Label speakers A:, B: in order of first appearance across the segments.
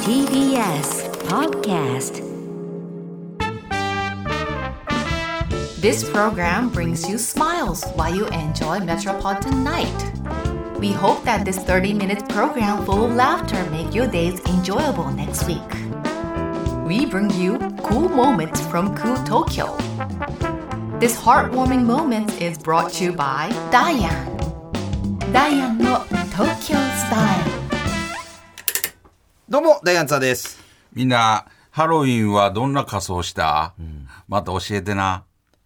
A: TBS Podcast.
B: This program brings you smiles while you enjoy Metropolitan Night. We hope that this 30-minute program full of laughter make your days enjoyable next week. We bring you cool moments from cool Tokyo. This heartwarming moment is brought to you by Diane. Diane no Tokyo Style.
C: どうも、ダイアンツァです。
D: みんな、ハロウィンはどんな仮装した、また教えてな。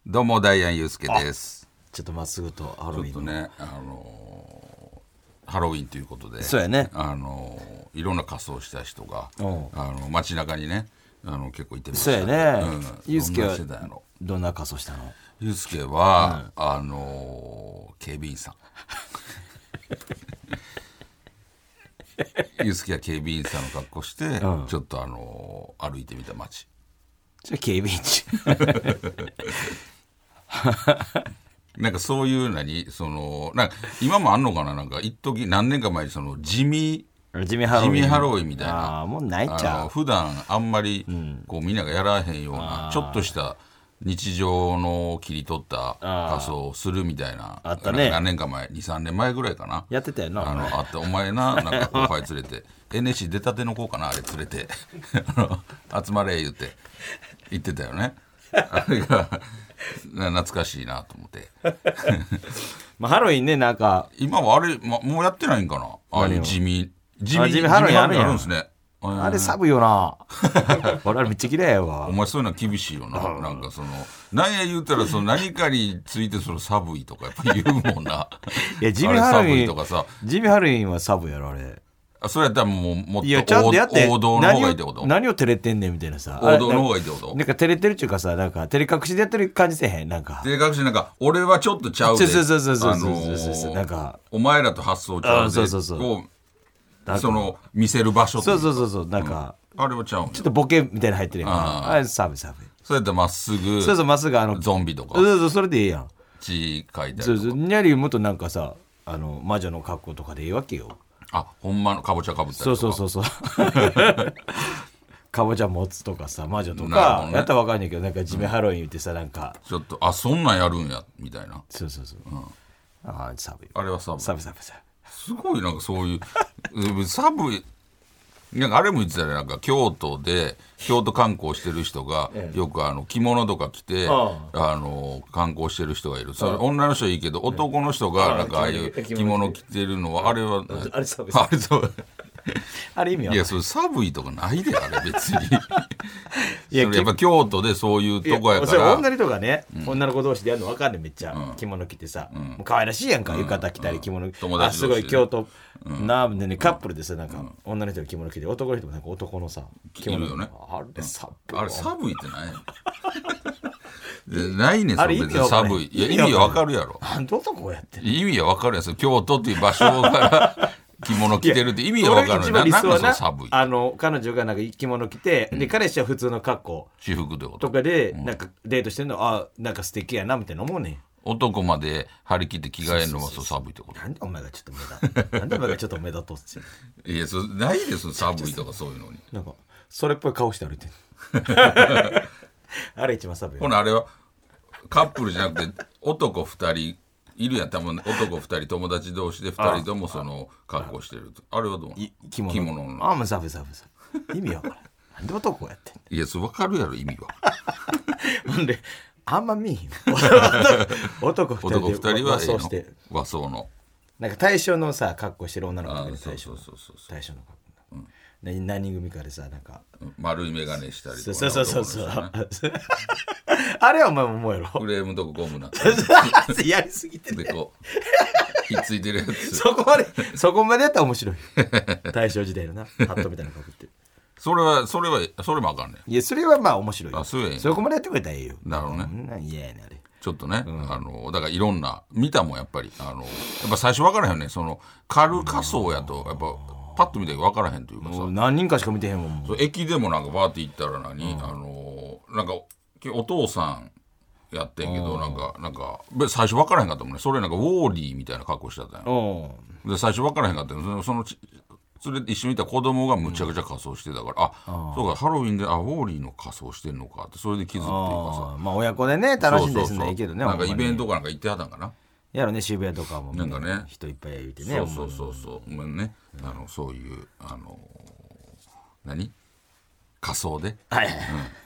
D: どうも、ダイアンユースケです。
C: ちょっとまっすぐとハロ
D: ちょ
C: ウ
D: っ
C: ィ
D: と
C: ンの。
D: ね、あのーハロウィンということで。
C: そうやね
D: あのーいろんな仮装した人が、あ
C: うん
D: の、街中にね、あの、結構いてまし
C: そ
D: た
C: うやね
D: ん。
C: ユうスケ
D: どん
C: は
D: なしてたんやろ
C: どんな仮装したの
D: ユースケは、あのー警備 員さん。ユースケは警備員さんの格好して、
C: うん
D: ちょっとあのー歩いてみた街。
C: それ警備員中。
D: なんかそういうなにそのなんか今もあんのかななんか一時何年か前にその地味
C: 地味ハロウ
D: 地
C: ィン。
D: 味ハロウィンみたい
C: あ
D: な
C: あ、もうないっち
D: あ
C: ゃ
D: の
C: う。
D: 普段あんまりこうみんながやらへんようなちょっとした日常の切り取った仮装をするみたいな
C: あったね
D: 何年か前23年前ぐらいかな
C: やってたよな。お
D: あの
C: 前
D: あったお前ななんか後輩 連れて NSC 出たての子かなあれ連れて あの集まれ言うて言ってたよねあれがな懐かしいなと思って。
C: まあハロウィンね、なんか、
D: 今はあれ、ま、もうやってないんかなああいう地味。地
C: あ地味ハロウィンあるやん
D: あるんですね。
C: あ
D: あ
C: れ寒いよ な。俺らめっちゃ嫌いやわ。
D: お。前そういうのは厳しいよな。なんかその、何や言うたらその何かについてその寒いとかやっぱ言うもんな
C: いや、地味ハロウ
D: あれ寒
C: ィ
D: いとかさ
C: ン。。地味ハロウィンはサブやろ、あれ。
D: あそれやったらもうもっと
C: いや、ちゃんとやって。
D: 王王道の方がいいってこ
C: 何を
D: と
C: 何を照れてんねんみたいなさ。
D: 王道の方がいいってこと
C: なんか照れてるっていうかさ、なんか照れ隠しでやってる感じせえへん。なんか。
D: 定格しなんか、俺はちょっとちゃうで。
C: そうそうそうそう
D: あのー
C: そうそうそうなんか
D: お前らと発想ちゃ
C: あ
D: うで。
C: そうそうそう
D: こうその、見せる場所とい
C: そうう
D: か
C: そうそうそう。なんか、
D: あれはちゃうんや
C: ちょっとボケみたいなの入ってるやん
D: あ
C: か。
D: ー
C: あれ寒い寒い。
D: そうやったらまっすぐ、
C: そうそう、まっすぐあの、
D: ゾンビとか
C: そう。そう、それでいいやん。
D: 字書いたりとか
C: そうそう、にゃりもっとなんかさ、あの、魔女の格好とかでいいわけよ。
D: あほんまのかぼちゃかぶったりと
C: そう
D: か
C: そうそうそう。 かぼちゃ持つとかさ、魔女と
D: なるほ
C: か
D: ど、ね
C: やったらわかんないけど、なんか地面ハロウィン言ってさ、なんか、
D: ちょっとあそんなんやるんやみたいな
C: そうそうそう。ああ、寒い。
D: あれはサブ
C: 寒い寒い寒い。
D: すごいなんかそういううんサブなんかあれも言ってたねなんか京都で京都観光してる人がよくあの着物とか着て
C: あ
D: あの観光してる人がいるそれ女の人はいいけど男の人がなんかああいう着物着てるのはあれは
C: あれ寒い
D: あれそう
C: あれ意味はい
D: やそれ寒いとかないであれ別に
C: いや
D: それやっぱ京都でそういうとこやか
C: い
D: ら
C: それ女の人がね、女の子同士でやるの分かんねんめっちゃ、着物着てさ、もう可愛らしいやんか浴衣着たり着物、
D: 友達同士
C: あすごい
D: で
C: 京都、なあでねカップルでさなんか、女の人が着物着て男の人もなんか男のさ着物
D: いるよね
C: あれさ
D: あれ寒いって ないないねんそ
C: あれ
D: れ
C: 意
D: 別
C: 味わか
D: に
C: らん
D: 寒いいや
C: 意
D: 意
C: 味
D: 味
C: わ
D: わ
C: から
D: か
C: ん
D: るやろ
C: なんで男やってんの
D: 意味はわかるやんその京都っていう場所から着物着てるって意味はわかる
C: 俺一
D: やん
C: 番理
D: な
C: 想
D: んか
C: は
D: その
C: な
D: 寒い
C: あの彼女がなんか着物着て、で彼氏は普通の格好
D: 私服ってこと
C: かで、なんかデートしてんのあなんか素敵やなみたいな思うねん
D: 男まで張り切って着替えるのはそう寒いってこ
C: なんでお前がちょっと目立っなんでお前がちょっと目立とうって
D: といやそうないですよ寒いとかそういうのに
C: なんか、それっぽい顔して歩いてる。 あれ一番寒いよ
D: ほ。なあれはカップルじゃなくて男2人いるやん多分男2人友達同士で2人ともその格好してるとあれはどうなの
C: い着物。
D: 着物の
C: あ、もう寒い寒い寒い。意味わからん。なんで男やってん
D: いやそうわかるやろ意味は
C: のほんで、あんま見え へんよ。男二人
D: 男2
C: で
D: 人はええ
C: そうして。
D: の和装の
C: なんか大象のさ、格好してる女の子
D: あ
C: がいる
D: そう
C: 大
D: そ
C: 将
D: う
C: の
D: そうそう
C: 大将の格好。何何組かでさ、なんか。
D: 丸い眼鏡したりと
C: そう
D: か
C: そうそうそう。
D: 男の人ね
C: あれはお前も思うやろ。
D: フレームとこゴムな って
C: やりすぎてる。
D: でこうひっついてるやつ
C: そこまで、そこまでやったら面 白い。大正時代のな、ハットみたいなの被ってる。
D: それはそれはそれもあかんねん
C: いや、それはまあ面白いよ。
D: あそうやん
C: そこまでやってくれたらええよ。
D: なるほどね
C: そんなん嫌やね、あれ。
D: ちょっとね、あのだからいろんな見たもんやっぱりあのやっぱ最初分からへんよねその軽仮装やとやっぱパッと見たけど分からへんというかさ
C: もう何人かしか見てへんもん。も
D: そう駅でもなんかバーって行ったら何、あのなんかお父さんやってんけどなんかなんかべ最初分からへんかったもんねそれなんかウォーリーみたいな格好してたんや
C: う
D: で最初分からへんかったけどそのそのちそれで一緒にいた子供がむちゃくちゃ仮装してたから、あそうかハロウィンであウォーリーの仮装してんのかってそれで気づくっていうか
C: あーまあ親子でね
D: さ
C: 楽しんで
D: そ
C: す
D: うそ
C: ね
D: うそう
C: いいけどね
D: なん
C: ほ
D: かイ
C: んまに
D: ベントかなんか行ってはったんかな
C: やろね渋谷とかも
D: なんかね
C: 人いっぱいいてね
D: そうそうそうそうごめんねあのそういうあのー何仮装で、
C: ほんまにはい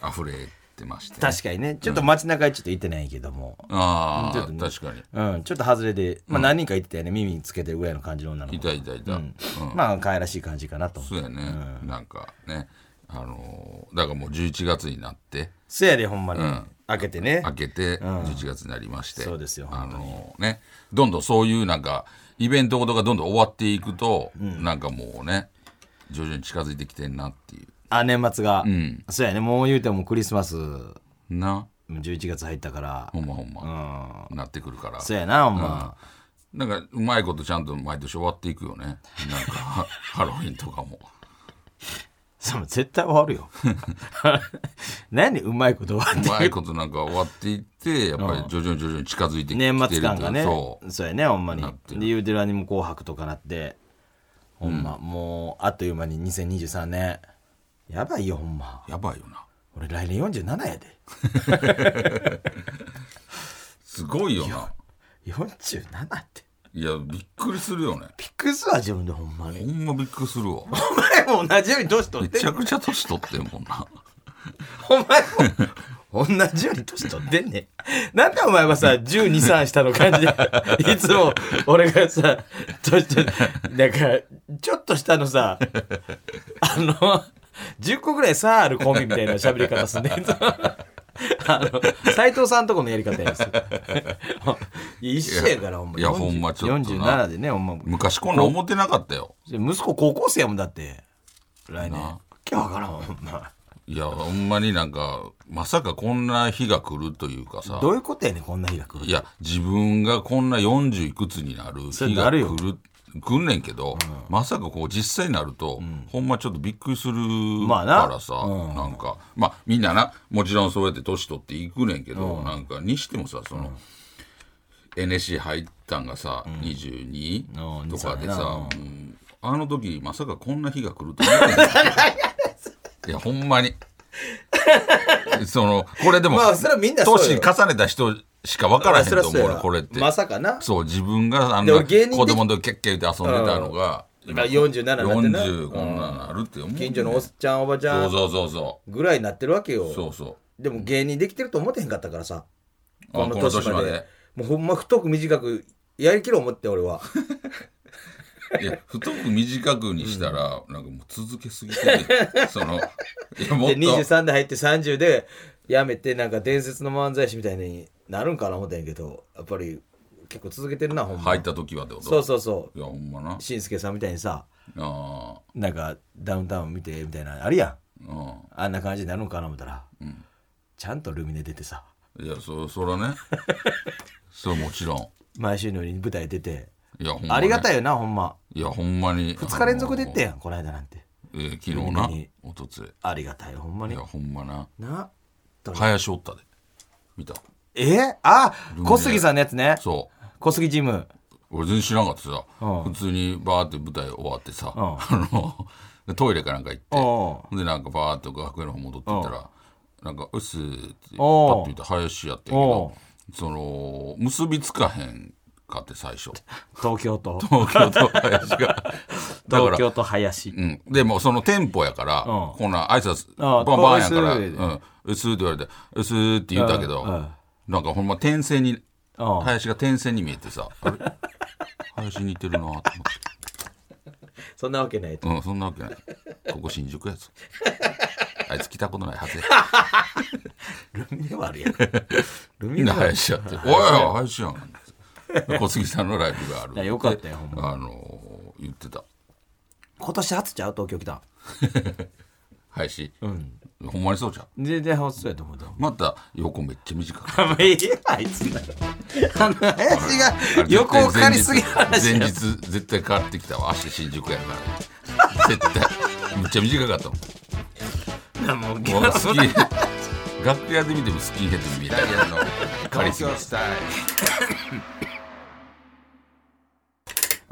D: うん、溢れてましてね、
C: 確かにねちょっと街中ちょっと行ってないけども
D: ああ、
C: とね
D: 確かに
C: うんちょっと外れでまあ何人か行ってたよね耳につけてるぐらいの感じの女の
D: い
C: 子
D: たいたいた、うん
C: まあ可愛らしい感じかなと思って
D: そうやね、なんかねあのーだからもう11月になって
C: せやでほんまに開けてね
D: 明けて11月になりまして、
C: そうですよ
D: あのーねどんどんそういうなんかイベントとかどんどん終わっていくと、なんかもうね徐々に近づいてきてんなってい
C: あ年末が
D: ん
C: そうやねもう言うてもクリスマスも
D: うな
C: う11月入ったから
D: ほんまほん
C: う
D: ま、
C: ん
D: なってくるから
C: そうやなほんま
D: なんかうまいことちゃんと毎年終わっていくよねなん かハロウィンとかも
C: そう絶対終わ るよ何うまいこと終わ
D: う
C: っ
D: ま
C: て
D: いことなんか終わっていってやっぱり徐々に徐々に近づいてきてる
C: 年末感
D: と
C: がね
D: そ
C: そうやねほんまに
D: なってる
C: で言うてる間にも「紅白」とかなってほんま、もうあっという間に2023年やばいよほんま
D: うやばいよな
C: 俺来年47やです
D: ごいよな
C: 47って
D: いやびっくりするよね
C: びっくりするわ自分でほんまに
D: ほんまびっくりするわ
C: お前も同じように年取
D: め
C: って
D: ちゃくちゃ年取ってんもんな
C: お前も同じように年取ってんねんなんでお前はさ123下の感じでいつも俺がさ年取なんかちょっと下のさあの10個ぐらいさあるコンビみたいな喋り方すんねんあの斎藤さんとこのやり方やです一緒やからほんま
D: いやほんまちょっとな
C: 47でねほんま
D: 昔こんなん思ってなかったよ
C: 息子高校生やもんだって来年
D: な
C: 今日わからんわほんま
D: いやほんまになんかまさかこんな日が来るというかさ
C: どういうことやねんこんな日が来る
D: いや自分がこんな40いくつになる
C: それ
D: 日
C: な
D: が
C: る
D: 来
C: よ
D: る来んねんけど、まさかこう実際になると、ほんまちょっとびっくりする
C: まあな
D: からさ、なんかまあみんななもちろんそうやって年取っていくねんけど、なんかにしてもさその、NSC 入ったんがさ、
C: う
D: 22
C: ん
D: とかでさ
C: そ、
D: うんあの時まさかこんな日が来ると思ってなか ったいやほんまにそのこれでも、
C: まあそれはみんなそうよ
D: 年重ねた人しか分からへんと思う
C: や
D: 俺これって、
C: まさかな
D: そう自分があん
C: で
D: な
C: 俺
D: 子
C: 芸人で
D: 供の時キャッキャ言って遊んでたのが、
C: 今47になってな
D: 40こんなのあるって思う、
C: 近所のおっちゃんおばちゃ
D: そうんそうそうそ
C: ぐらいになってるわけよ
D: うそうそう
C: でも芸人できてると思ってへんかったからさ
D: あこの年まで
C: もうほんま太く短くやりきろう思って俺は
D: いや太く短くにしたら、なんかもう続けすぎてるそ のいやもっ
C: で
D: と
C: 23で入って30でやめてなんか伝説の漫才師みたいになるんかな思ってんけどやっぱり結構続けてるなほんま、
D: 入った時はってこと
C: そうそうそう
D: やほんまな
C: うしんすけさんみたいにさ
D: あ
C: なんかダウンタウン見てみたいなあるやん
D: ーあ
C: あんな感じになるんかな思ったら、ちゃんとルミネ出てさ
D: ーいやそそら ねそうもちろん
C: 毎週のように舞台出て、
D: いやほんま、ね、
C: ありがた
D: い
C: いよなほんま
D: いやほんまに
C: 2日連続でって
D: あ
C: やんこの間なんて
D: のえー昨日な
C: に
D: おとつい
C: ありがたいよほんま
D: い
C: に
D: やほんまな
C: な
D: 林おったで見た
C: えあ小杉さんのやつね
D: そ
C: 小杉ジム
D: う俺全然知らんかったさ、
C: うん
D: 普通にバーって舞台終わってさ、
C: ん
D: あの でトイレかなんか行って、
C: お
D: でなんかバーっと学園の方戻ってったら「なんかうっす」ってパ
C: おう
D: ッと見たら林やってんけ
C: お
D: どその結びつかへんかって最初
C: 東京と
D: 東京と林が だから
C: 東京と林
D: うん、でもその店舗やから、
C: うん
D: こんな挨拶
C: あ
D: バ
C: あ
D: ンバンやから
C: こ
D: 「う
C: うです
D: んうす」って言われて「うす」って言ったけど、
C: うんうん
D: なんかほんま転生に
C: うん
D: 林が転生に見えてさ「あれ 林似てるな」と思って
C: そんなわけない
D: 「うんそんなわけないここ新宿やつ あいつ来たことな いはずや」
C: ルミネはあ るやんル
D: み
C: ミネ
D: んな
C: は
D: 林や って「おいおい林やん」小杉さんのライブがある
C: いやよかったよほん
D: まあのー言ってた
C: 今年初ちゃう東京来た
D: 林、ほんまにそうじゃん
C: 全然初やと思うで
D: また横めっちゃ短く
C: もうええやあいつな あの林が横を借りすぎる話
D: 前
C: や
D: 日絶対変わってきたわ明日新宿やから絶対むっちゃ短かった もん
C: なもう
D: もうスキー楽屋で見てもスキンヘッドみたいなのカリスマスタイル
C: う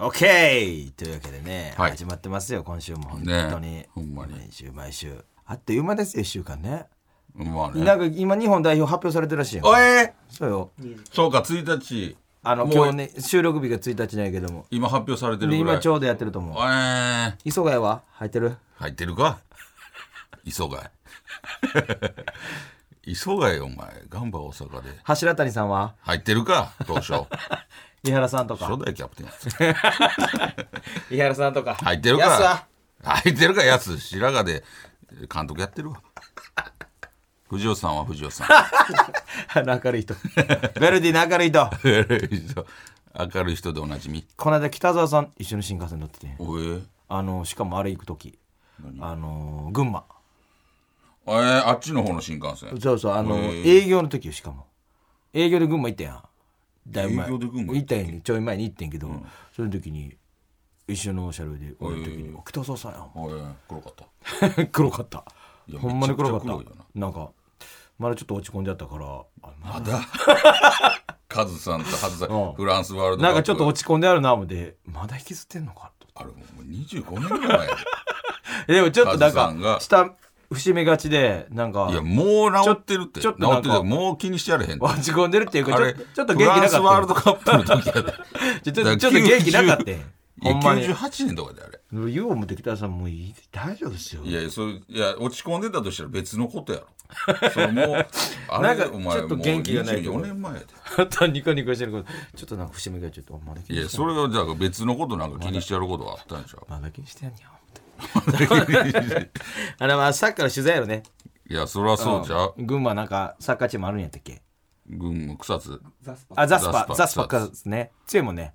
C: オッケーというわけでね、
D: はい
C: 始まってますよ今週も 本
D: ね
C: 当に、
D: ほんまに
C: 毎週毎週あっという間ですよ1週間ね
D: まあ
C: な
D: ね
C: んか今日本代表発表されてるらしいよ
D: おえ
C: そうよ
D: そうか1日
C: あの
D: もう
C: 今日ね収録日が1日なんやけども
D: 今発表されて
C: で
D: るぐらい
C: 今ちょうどやってると思う
D: おえ
C: 磯貝は入ってる
D: 入ってるか磯貝 磯貝お前ガンバ大阪で
C: 柱谷さんは
D: 入ってるか当初
C: 井原さんとか
D: 初代キャプテンやつ
C: 井原さんとか
D: 入ってる
C: やすは
D: か入ってるかやつ白髪で監督やってるわ藤尾さんは藤 尾さん
C: あの明るい 人ベルディの明るい人
D: 明るい人でおなじみ
C: この間北沢さん一緒に新幹線乗ってて
D: おえ
C: あのしかもあれ行く時あの群馬
D: えーあっちの方の新幹線
C: そうそうあの
D: へー
C: 営業の時よしかも営業で群馬行ったやんだいぶ前
D: 営業で群馬
C: 行ったやんちょい前に行ってんけど、その時に一緒の車両で俺の時に「北沢さんやん
D: おえ黒かった
C: 黒かった
D: いや
C: ほんまに黒か
D: めちゃ
C: っ
D: くちゃ黒いよ
C: たなんかまだちょっと落ち込んじゃったからあま
D: まだカズさんとハズさ
C: うん
D: んフランスワールドカ
C: な
D: ッ
C: んか
D: プ
C: ちょっと落ち込んであるな思ってまだ引きずってんのかと
D: あれもう25年 ぐらい
C: えでもちょっとなん
D: カズさん
C: か
D: が
C: 下節目がちでなんか
D: 前いやもう治ってるって
C: ち
D: 治
C: ょちょっ
D: っ
C: てとなんか
D: るってもう気にしてやれへんっ て
C: 落ち込んでるっていうか
D: あ
C: ちょ
D: れ
C: ちょっと元気な
D: フランスワー
C: か
D: ルド
C: っ
D: カップの時や
C: た
D: で
C: ちょちょちょっと元気なかったよ
D: い
C: ほ
D: や
C: んまに
D: 98年とかであれ
C: ユう持ってきたらさんもういい大丈夫ですよ
D: いやいやそういや落ち込んでたとしたら別のことやろそれも うあ
C: なん
D: れ
C: か
D: お前
C: ちょっと
D: もう
C: 元気がないと
D: 24年前やで
C: またニコニコしてることちょっとなんか節目がちょっとまだ気
D: い
C: に
D: や
C: して
D: それはだから別のことなんか気にしてやることがあったん でしょ
C: まだ気にしてんやん思ってあれはサッカーの取材やろね
D: いやそりゃそうじゃう
C: 群馬なんかサッカーチームあるんやったっけ
D: 群馬草津
C: あザス
D: ザス
C: パ
D: パ
C: ザスパかですね強いもんね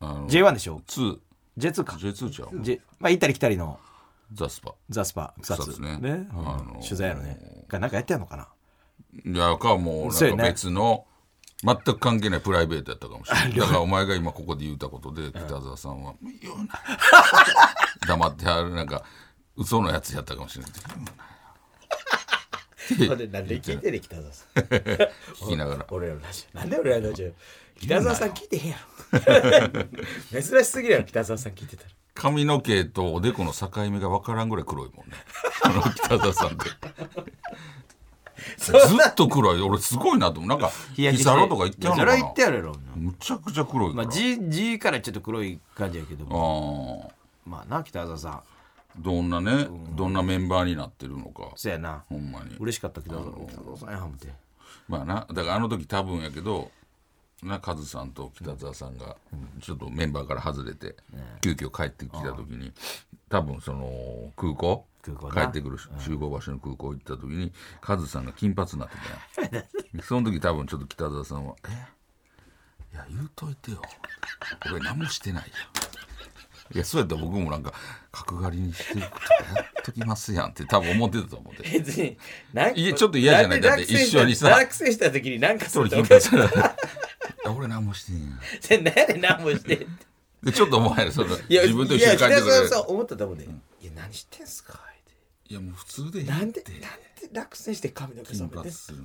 D: あの
C: J1 でしょ
D: 2
C: J2 か
D: J2 じゃん
C: J まあ行ったり来たりの
D: ザスパ
C: ザスパ草
D: 草
C: 津
D: 津ね
C: ね
D: あの
C: 取材やろねがなんかやってんのかない
D: やかもう
C: そう
D: な
C: や
D: ん
C: ね
D: か別の全く関係ないプライベートやったかもしれないだからお前が今ここで言ったことで北澤さんは「もう言うな」黙ってはるなんか嘘のやつやったかもしれない
C: なんで聞いてね北沢さん
D: 聞きながら
C: 俺らのラジオなんで俺らのラジオ北沢さん聞いてへんや ろ珍しすぎるやろ北沢さん聞いてたら
D: 髪の毛とおでこの境目が分からんぐらい黒いもん ねあの北澤さんってずっと黒い俺すごいなと思うなんか日サロとか行ってはん
C: それ
D: の
C: は
D: か
C: 行って
D: な
C: やるやろ
D: むちゃくちゃ黒いか
C: ま
D: ら、
C: あ
D: あ
C: G, G からちょっと黒い感じやけども
D: ー
C: まあな北沢さん
D: どんなね、どんなメンバーになってるのか
C: そやな
D: ほんまに
C: 嬉しかった北沢さん北沢さんや思って
D: まあなだからあの時多分やけどなカズさんと北澤さんがちょっとメンバーから外れて、急遽帰ってきた時に多分その空港
C: 空港
D: 帰
C: な
D: ってくる集合場所の空港行った時に、カズさんが金髪になってたや んその時多分ちょっと北澤さんは「えいや言うといてよ俺何もしてないよ」いやそうやったら僕もなんか角刈りにしてることやっときますやんって多分思ってたと思 うで
C: 別になん
D: いやちょっと嫌じゃないだって一緒にさ
C: クセした時に何かす
D: 一人
C: る
D: 金髪になっていや俺何もしてんやん
C: て何やねん何も して
D: でちょっとお前らその自分と一緒に帰ってく
C: い
D: る
C: や北沢さん思ったと思うで、いや何してんすかって
D: いやもう普通でいいって
C: なんでなんで落選して髪の毛染め
D: 金
C: て
D: 髪するの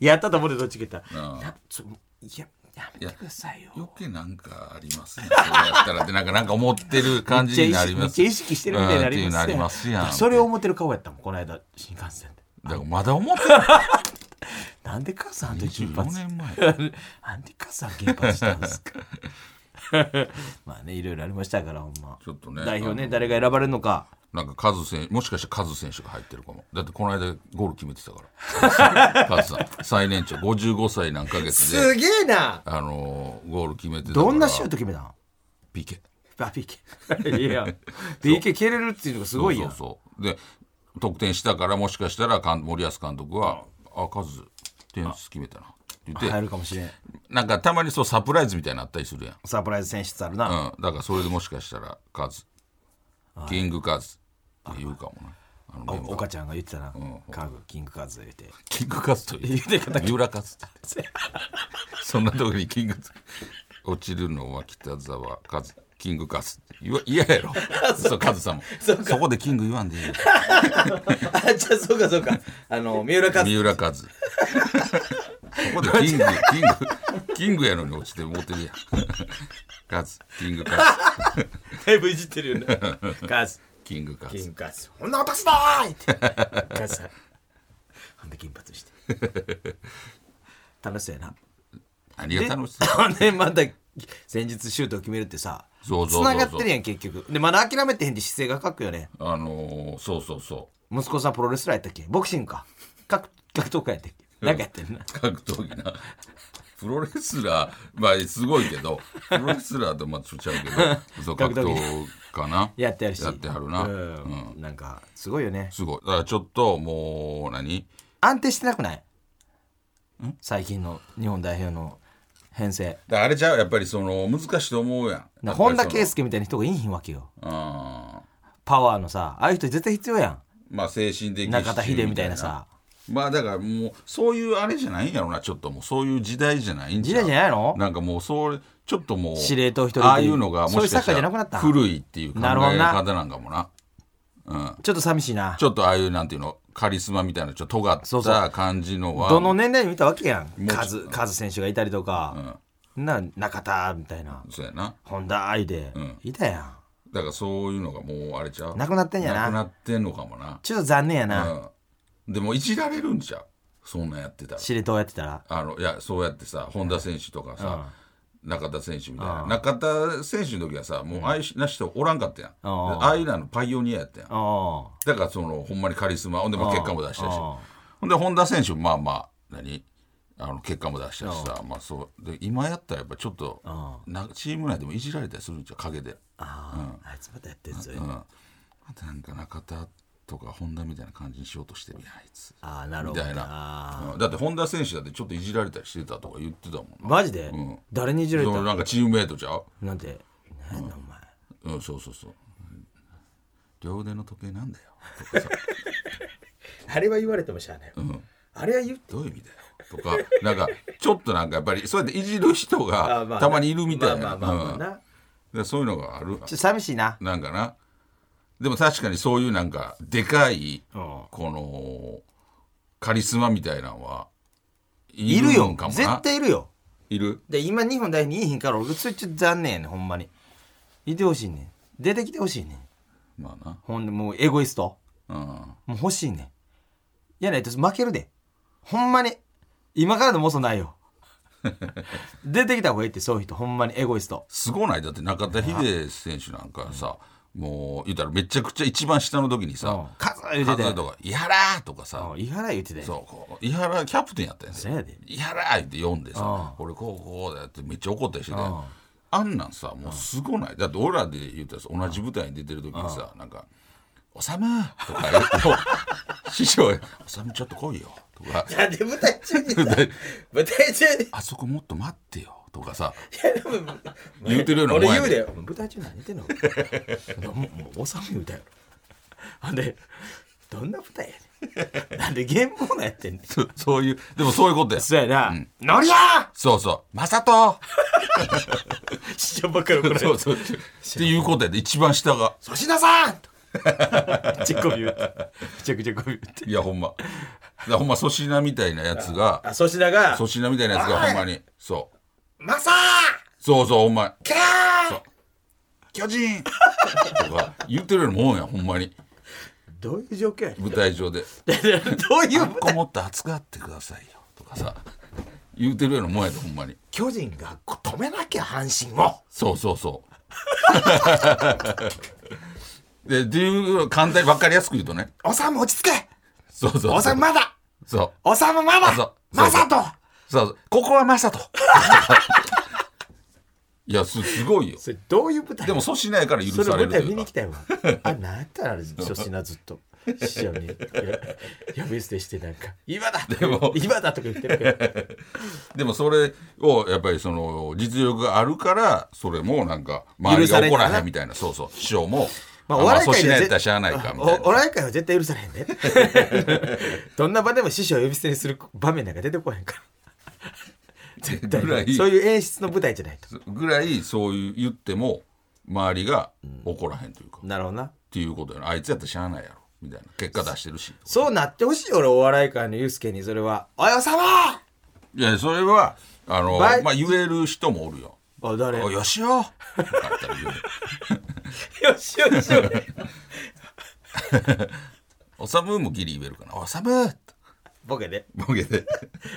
C: やったと思うでどっちか言ったら
D: ああ
C: なちょいややめてくださいよ
D: 余計なんかありますねそうやったらってなんかなんか思ってる感じになり
C: め
D: ま
C: っ
D: す
C: ちゃ意識してるみたいになり
D: うんっていうのあり
C: ま
D: ますす
C: ね
D: やん
C: それを思ってる顔やったもんこの間新幹線で
D: だからまだ思ってない
C: なんで母さんあんと金
D: 14
C: 髪
D: 年前
C: なんで母さん金髪したんですかまあねいろいろありましたからほんま
D: ちょっとね
C: 代表
D: あ
C: ね
D: の
C: 誰が選ばれるのか
D: なんかカズ選手もしかしてカズ選手が入ってるかもだってこの間ゴール決めてたからカズさん最年長55歳何ヶ月で、
C: げえな
D: あのーゴール決めてたから
C: どんなシュート決めたの
D: ピケ
C: あ PK いや PK 蹴れるっていうのがすごいやん
D: そうそうそうで得点したからもしかしたらかん森保監督は「あカズ点数決めたな」って言っ
C: 入
D: て
C: るかもしれん
D: なんかたまにそうサプライズみたいになのあったりするやん、
C: サプライズ選出あるな、
D: うん、だからそれでもしかしたらカズキングカズって言うかもなあのメンバー
C: お岡ちゃんが言ってたな、カグキングカズ言って
D: キングカズと 言う三浦カズって言って そんなとこにキングカズ落ちるのは北沢カズキングカズ言わ嫌やろ そうカズさんもそこでキング言わんでいいよ
C: あじゃあそうかそうかあの三浦和
D: 三浦和ここでキングキングキングやのに落ちてモテるやんカズキングカズ
C: だいぶいじってるよね。カズ、
D: キングカ
C: 金
D: ズ
C: カズ、女私だーいって。カズさん、ほんで金髪して。楽しそうやな。
D: 何が楽しそう
C: そう。で、また先日シュートを決めるってさ、
D: そう
C: つ
D: そうそうそう
C: ながってるやん、結局。で、まだ諦めてへんで姿勢が書くよね。
D: あのー、そうそうそ
C: 息子さんプロレスラーやったっけボクシングか。格格闘家やったっけなんかやってるな。
D: う格闘技なプロレスラーまあすごいけどプロレスラーとまあちょっとちゃうけどそう格
C: 格闘技
D: 闘かな
C: やってやるし。
D: やってはるな、
C: う
D: うん
C: ん。なんか、すごいよね。
D: すごいだからちょっともう何
C: 安定してなくない最近の日本代表の編成。
D: だからあれちゃうやっぱりその難しいと思うやん
C: な本田圭
D: ス
C: 佑みたいな人がいいひんわけよ。
D: うん
C: パワーのさ、ああいう人絶対必要や
D: まあ精神的
C: ん。中田秀みたいなさ。
D: まあだからもうそういうあれじゃないんやろなちょっともうそういう時代じゃないん
C: 時代じゃないの
D: なんかもうそれちょっともう
C: 司令塔一人で
D: ああいうの
C: そ
D: が
C: うい
D: も
C: う
D: しかし
C: サッカーじゃ
D: た
C: なくなった
D: ら古いっていう考え
C: なるほどな
D: 方なんかもな
C: ちょっと寂しいな
D: ち。ょっとああいうなんていうのカリスマみたいなちょっと尖っ
C: そうそ
D: た感じのは
C: どの年代に見たわけやん。
D: もう
C: カズ、カズ選手がいたりとか、な、中田みたいな、
D: そうやな
C: 本田愛で、いたやん。
D: だからそういうのがもうあれちゃう
C: なくなってんやな
D: なくなってんのかもな
C: ちょっと残念やな。
D: うんでもいじられるんちゃうそんなんやってたら
C: 司令塔やってたら。
D: あのいやそうやってさ本田選手とかさ、中田選手みたいな、中田選手の時はさもうああいうな人おらんかったやん、
C: ん
D: ああいうなのパイオニアやったやん、
C: ああ。
D: だからそのほんまにカリスマほんでまあ結果も出したし、
C: うん
D: ほんで本田選手もまあまあ何あの結果も出したしさ、まあ、そうで今やったらやっぱちょっと、なチーム内でもいじられたりするんちゃう陰で、
C: あああいつまたやってんぞよ。
D: うん、またなんか中田とか本田みたいな感じにしようとしてるやんあいつ。
C: ああ、なる
D: み
C: ほど
D: たい
C: な。
D: な、うんだって本田選手だってちょっといじられたりしてたとか言ってたもんな
C: マジで
D: ん
C: 誰にいじられ
D: その
C: た
D: なんかチームメイトちゃう
C: なんて、なんだお前。
D: うん、そうそうそう。両腕の時計なんだよ。
C: あれは言われてもしゃあない。あれは言って。
D: どういう意味だよ。とか、なんか、ちょっとなんかやっぱり、そうやっていじる人
C: あ
D: が
C: まあ
D: たまにいるみたい
C: ま
D: な。
C: あまあまあま
D: う
C: あ
D: ん
C: な。
D: でそういうのがある。
C: ちょっと寂しいな。
D: なんかな。でも確かにそういうなんか、でかい、
C: うん
D: この、カリスマみたいなのは、い
C: いるよ
D: んか。もな。
C: 絶対いるよ。
D: いる。
C: で、今日本代表にいいひんから、俺、それちょっと残念やねん、ほんまに。いてほしいねん。出てきてほしいねん。
D: まあ
C: ほんで、もうエゴイスト。
D: な。うん。
C: もう欲しいねん。いやないと負けるで。ほんまに。今からでも遅ない よ。出てきた方がいいって、そういう人。ほんまにエゴイスト。
D: すごないだって中田秀選手なんかさ、もう言ったらめちゃくちゃ一番下の時に
C: う
D: さ
C: ん、カズ言う
D: カ
C: てた
D: ズヤ
C: よ
D: とか「井原!」とかさ
C: うん井原言うてたよ。
D: そうこう井原キャプテンやったんです
C: そうやで
D: 井原!」って読んでさ「俺こうこうだ」ってめっちゃ怒ったりしててあんなんさもうすごないだって俺らで言うたらさ同じ舞台に出てる時にさなんか「おさむ!」とか言うと 師匠「おさむちょっと来いよ」とか
C: なんで舞台中にさ 舞台中に
D: 「あそこもっと待ってよ」とかさ
C: いやでも
D: 言うてるようなもんや
C: 俺
D: で
C: 言うで舞台中何言ってんの もうもうおさむみたいなほんでどんな舞台やねんなんでゲームコーナーやってんねん
D: そそういうでもそういうことや
C: そうやな「ノリや
D: そうそう「まさと!」
C: 師匠ばっかり怒られ
D: そ
C: る
D: うそう。っていうことやで、一番下が。
C: 粗品さん!」ちっこみ言うてめちゃくちゃこみ言うて
D: いや、ほんま。だからほんま、粗品みたいなやつが、
C: あ粗品が
D: 粗品みたいなやつがほんまに、そ
C: 「
D: う。
C: マサ
D: そうそう、ほんま。
C: ーキャ
D: そ
C: ー
D: う巨人とか言ってるようなもんや、ほんまに。」
C: どういう状況やねん
D: 舞台上で。
C: どういう
D: あん
C: 舞
D: こ
C: 台
D: もっと熱がってくださいよ。とかさ、言ってるようなもんやで、ほんまに。
C: 巨人が止めなきゃ阪神を
D: そうそう そう。で、っていう、簡単に分かりやすく言うとね。
C: 「おさむ落ち着け
D: そうそうそう。
C: おさむまだ
D: そう。
C: おさむま
D: そう
C: だマサト!」
D: そうそう。ここはマサト。 いや、す、すごいよ。
C: それどういう舞台
D: でも粗品やから許
C: それ
D: さ
C: 舞
D: れると
C: 台
D: い
C: 見
D: う
C: に
D: か
C: 来たよあなんやったらあれ粗品ずっ と師匠に呼び捨てしてなんか「今だ!」
D: でも
C: 今だ!」とか言ってるけど
D: でもそれをやっぱりその実力があるからそれもなんか周りが怒らへんみたいなそうそう師匠も、 まあ、まあ粗品やったらしゃあないかみたい
C: おお
D: な
C: 笑い界は絶対許されへんね どんな場でも師匠を呼び捨てにする場面なんか出てこへんから絶対
D: ぐらい
C: そういう演出の舞台じゃないと
D: ぐらいそういう言っても周りが怒らへんというか、っ
C: なるほどな
D: ていうことやなあいつやったらしゃあないやろみたいな結果出してるし
C: そうなってほしいよ俺お笑い界のユースケにそれは「おいおさま
D: いやそれはあの、
C: バイ
D: まあ、言える人もおるよ
C: あ
D: 「
C: 誰
D: お
C: よ
D: よしよ」とかあったら言う
C: しよしよ
D: 「おさむ」もギリ言えるかな「おさむ」と
C: ボケで
D: ボケて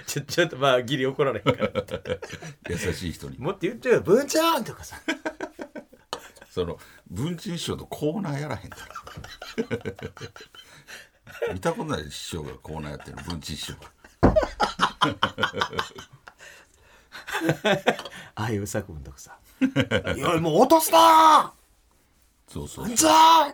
C: ちょちょっとまあギリ怒られへんから
D: 優しい人に
C: もっと言ってよブンちゃんとかさ
D: その文鎮師匠とコーナーやらへんから 見たことない師匠がコーナーやってる文鎮師匠が
C: ああいう作文とかさ「いやもう落とすな
D: そうそう
C: ブンちゃん!」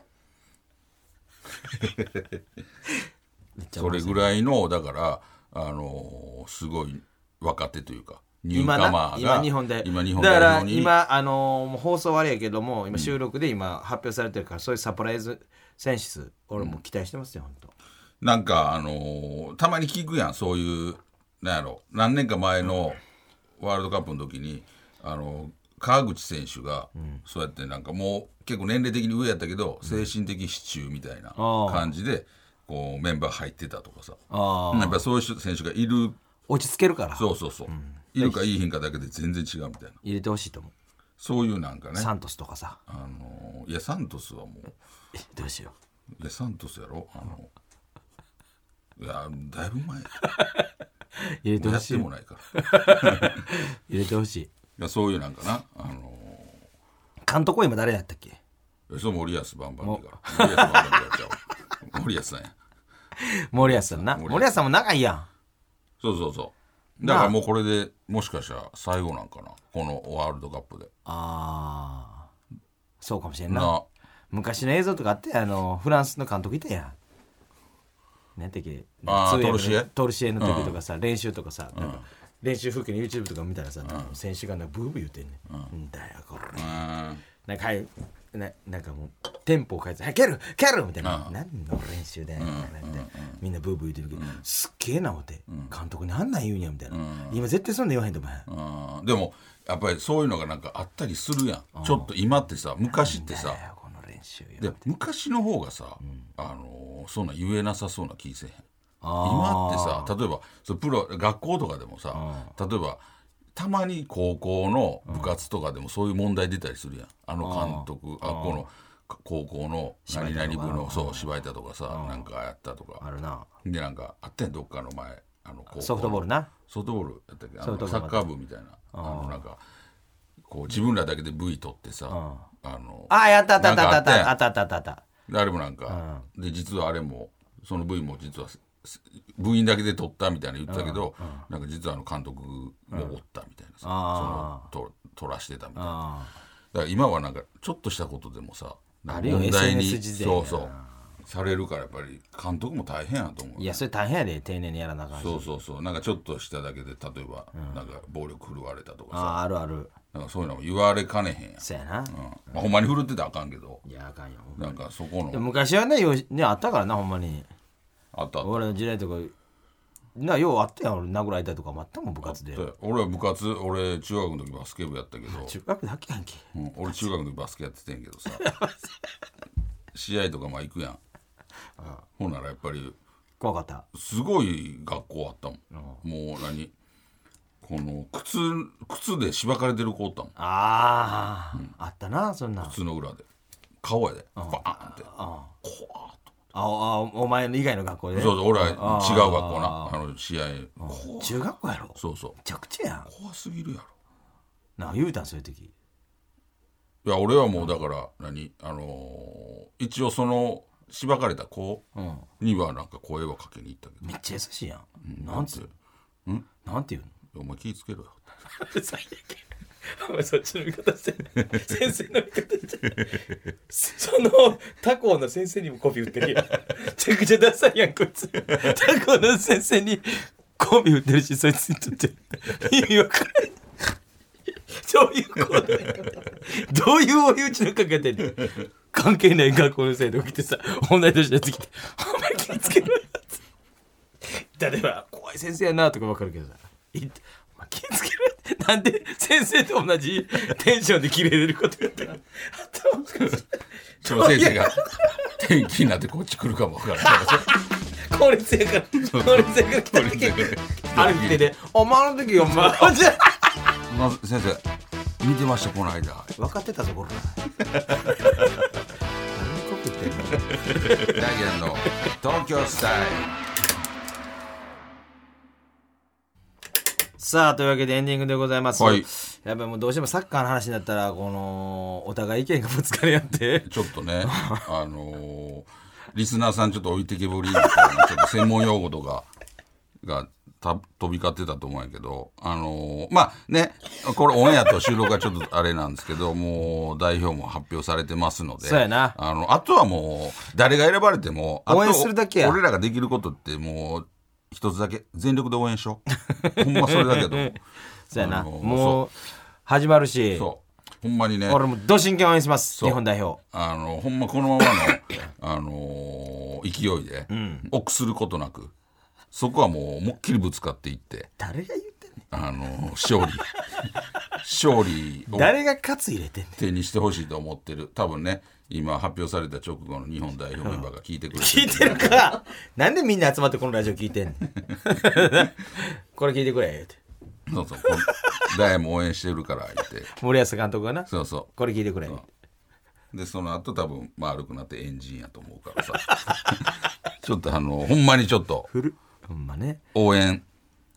D: それぐらいのだからあのーすごい若手というかニュー
C: 今
D: カマ
C: な
D: ーが
C: 今日本で
D: 今日本
C: だから
D: 代表に
C: 今あのーもう放送あれやけども今収録で今発表されてるから、そういうサプライズ選出俺も期待してますよ、本当
D: なんかあのーたまに聞くやんそういうなんやろ何年か前のワールドカップの時にあのー川口選手が、そうやってなんかもう結構年齢的に上やったけど、精神的支柱みたいな
C: あー
D: 感じでこうメンバー入ってたとかさ
C: あ
D: やっぱそういう選手がいる
C: 落ち着けるから
D: そうそうそう、いるかいいひんかだけで全然違うみたいな
C: 入れてほしいと思う、
D: そういうなんかね
C: サントスとかさ
D: あのいやサントスはもう
C: えどうしよ
D: いやサントスやろあのいやだいぶ 前
C: う入れて
D: や
C: ほ
D: っ
C: してい
D: もないからい
C: 入れてほしい
D: やそういうなんかなあの
C: 監督は今誰だったっけ
D: そう森保バンバンでから森保バンバンでやっちゃおう 森保さんや
C: 森保さんな
D: 森保
C: 森保さんも仲いいやん
D: そうそうそうだからもうこれでもしかしたら最後なんかなこのワールドカップで
C: ああそうかもしれんな
D: な
C: 昔の映像とかあってあのフランスの監督いたやん何やったっけ
D: あー
C: 通訳の
D: トルシエ
C: トルシエの時とかさ、練習とかさ、なんか練習風景の YouTube とか見たらさ、選手がなんかブーブー言ってんね、ん、んだよこれ
D: うーん
C: なんかはいななんかもうテンポを変えて「はい蹴る蹴る!」みたいな、
D: うん
C: 何の練習だよみたいなって、みんなブーブー言ってるけど、すっげえな思って、監督なんなん言うんやみたいな、今絶対そんなん言わへんと思う
D: うんでもやっぱりそういうのがなんかあったりするやんちょっと今ってさ昔ってさ
C: だよこの練習よ
D: で昔の方がさ、あのーそんなん言えなさそうな気せえへん
C: あー
D: 今ってさ例えばそうプロ学校とかでもさ例えばたまに高校の部活とかでもそういう問題出たりするやんあの監督あこのか高校の何々部のそう芝居だとかさなんかやったと
C: あ
D: か
C: るな
D: でなんかあってんどっかの前あの高校の
C: ソフトボールな
D: ソフトボールやったっけあ
C: ソフト
D: の
C: ボール
D: サッカー部みたいなあのなんかこう自分らだけで部位取ってさあの
C: ああやったあったあ
D: な
C: っ
D: んか
C: たあっ
D: やん
C: たあったあったあったあった
D: であれもなんか、で実はあれもその部員も実はすす部員だけで取ったみたいな言ってたけど、なんか実はあの監督もおったみたいなさ、
C: あ
D: そのと取らしてたみたいな
C: あ
D: だから今はなんかちょっとしたことでもさ
C: あるよ
D: 問題に
C: SNS 時代や
D: そ
C: な
D: うそうされるからやっぱり監督も大変やと思う
C: いやそれ大変やで丁寧にやらなあかんし
D: そうそうそうなんかちょっとしただけで例えば、なんか暴力振るわれたとか
C: あ
D: さ
C: ああるある
D: なんかそういうのも言われかねへんやん、
C: そうやな
D: うんまあ、ほんまに振るってたらあかんけど
C: いやあかんよほんま
D: なんかそこ
C: でも
D: の
C: 昔はねようねあったからなほんまに
D: あったあった
C: 俺の時代とかなようあったやん俺殴られたりとかもあったもん部活で
D: そうや俺は部活俺中学の時バスケ部やったけど、
C: 中学だけやんけ
D: うん俺中学の時バスケやっててんけど さ試合とかまあ行くやんほんならやっぱり
C: 怖かった
D: すごい学校あったもんもう何この靴靴でしばかれてる子おったもん
C: あああったなそんな
D: 靴の裏で顔やでバーンって怖っと
C: ああお前の以外の学校で
D: そうそう俺は違う学校なあの試合こ
C: 中学校やろ
D: うそうそう
C: めちゃくちゃやん
D: 怖すぎるやろ
C: な言うたんそういう時
D: いや俺はもうだから何あのー一応そのしばかれた子にはなんか声はかけに行ったけど
C: めっちゃ優しいやんなんつうんなんて言うの
D: 「お前気ぃつけろよ
C: 最悪お前そっちの味方してない先生の味方してないその他校の先生にもコピー売ってるやんめちゃくちゃダサいやんこいつ他校の先生にコピー売ってるしそいつにとって意味わからない どういうことだよ どういう追い打ちのかけてんの関係ない学校の生徒が来てさ同い年のやつ来て「お前気ぃつけろよ」例えば怖い先生やなとかわかるけどさいまあ気付けるなんで先生と同じテンションで切れれることやったら頭おかしい」
D: その先生が天気になってこっち来るかもわからない
C: 効率やから効率やから来た時
D: から
C: 歩き手で「お前の時お前」
D: まず先生見てましたこの間
C: 分かってたぞこれ何告ってんの
D: ダイアンの東京スタイ
C: さあというわけでエンディングでございます、
D: はい
C: やっぱりもうどうしてもサッカーの話になったらこのお互い意見がぶつかり合って
D: ルちょっとねあのーリスナーさんちょっと置いてけぼりみたいなちょっと専門用語とかがた飛び交ってたと思うんやけどあのーまあねこれオンエアと収録がちょっとあれなんですけどもう代表も発表されてますので
C: そうやな
D: あのあとはもう誰が選ばれてもあと
C: 応援するだけや
D: 俺らができることってもう一つだけ全力で応援しようほんまそれだけど
C: そうやな、
D: あのー
C: もう始まるし
D: そうほんまにね
C: 俺もど真剣応援します
D: そう
C: 日本代表
D: あのほんまこのま まのあのー勢いで、臆することなくそこはもう思いっきりぶつかっていって、
C: 誰が言ってんねん
D: あのー勝利 勝利を
C: 誰が勝つ入れてんねん
D: 手にしてほしいと思ってる多分ね今発表された直後の日本代表メンバーが聞いてくれて
C: 聞いてる かなんでみんな集まってこのラジオ聞いてんねんこれ聞いてくれ言うて
D: そうそうこん誰も応援してるから言って
C: 森保監督がな
D: そうそ
C: これ聞いてくれ言うて
D: うでその後多分丸くなってエンジンやと思うからさ ちょっとあのほんまにちょっと
C: 古っほんまね
D: 応援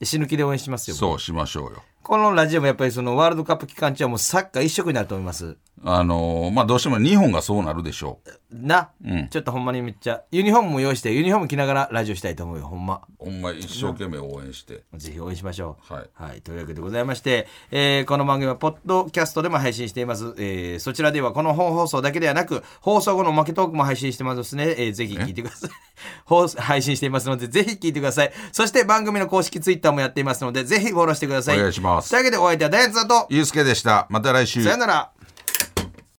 C: 死ぬ気で応援しますよ
D: そうしましょうよ
C: このラジオもやっぱりそのワールドカップ期間中はもうサッカー一色になると思います
D: あのーまあどうしても日本がそうなるでしょう。
C: な、ちょっとほんまにめっちゃユニフォームも用意してユニフォーム着ながらラジオしたいと思うよほんま
D: ほんま一生懸命応援して。
C: ぜひ応援しましょう
D: はい
C: というわけでございまして、えーこの番組はポッドキャストでも配信しています、えーそちらではこの本放送だけではなく放送後のおまけトークも配信してますので、えーぜひ聞いてください放送配信していますのでぜひ聞いてくださいそして番組の公式ツイッターもやっていますのでぜひフォローしてください
D: お願いします
C: というわけでお相手はダイアンツだと
D: ゆうすけでした。また来週。
C: さよなら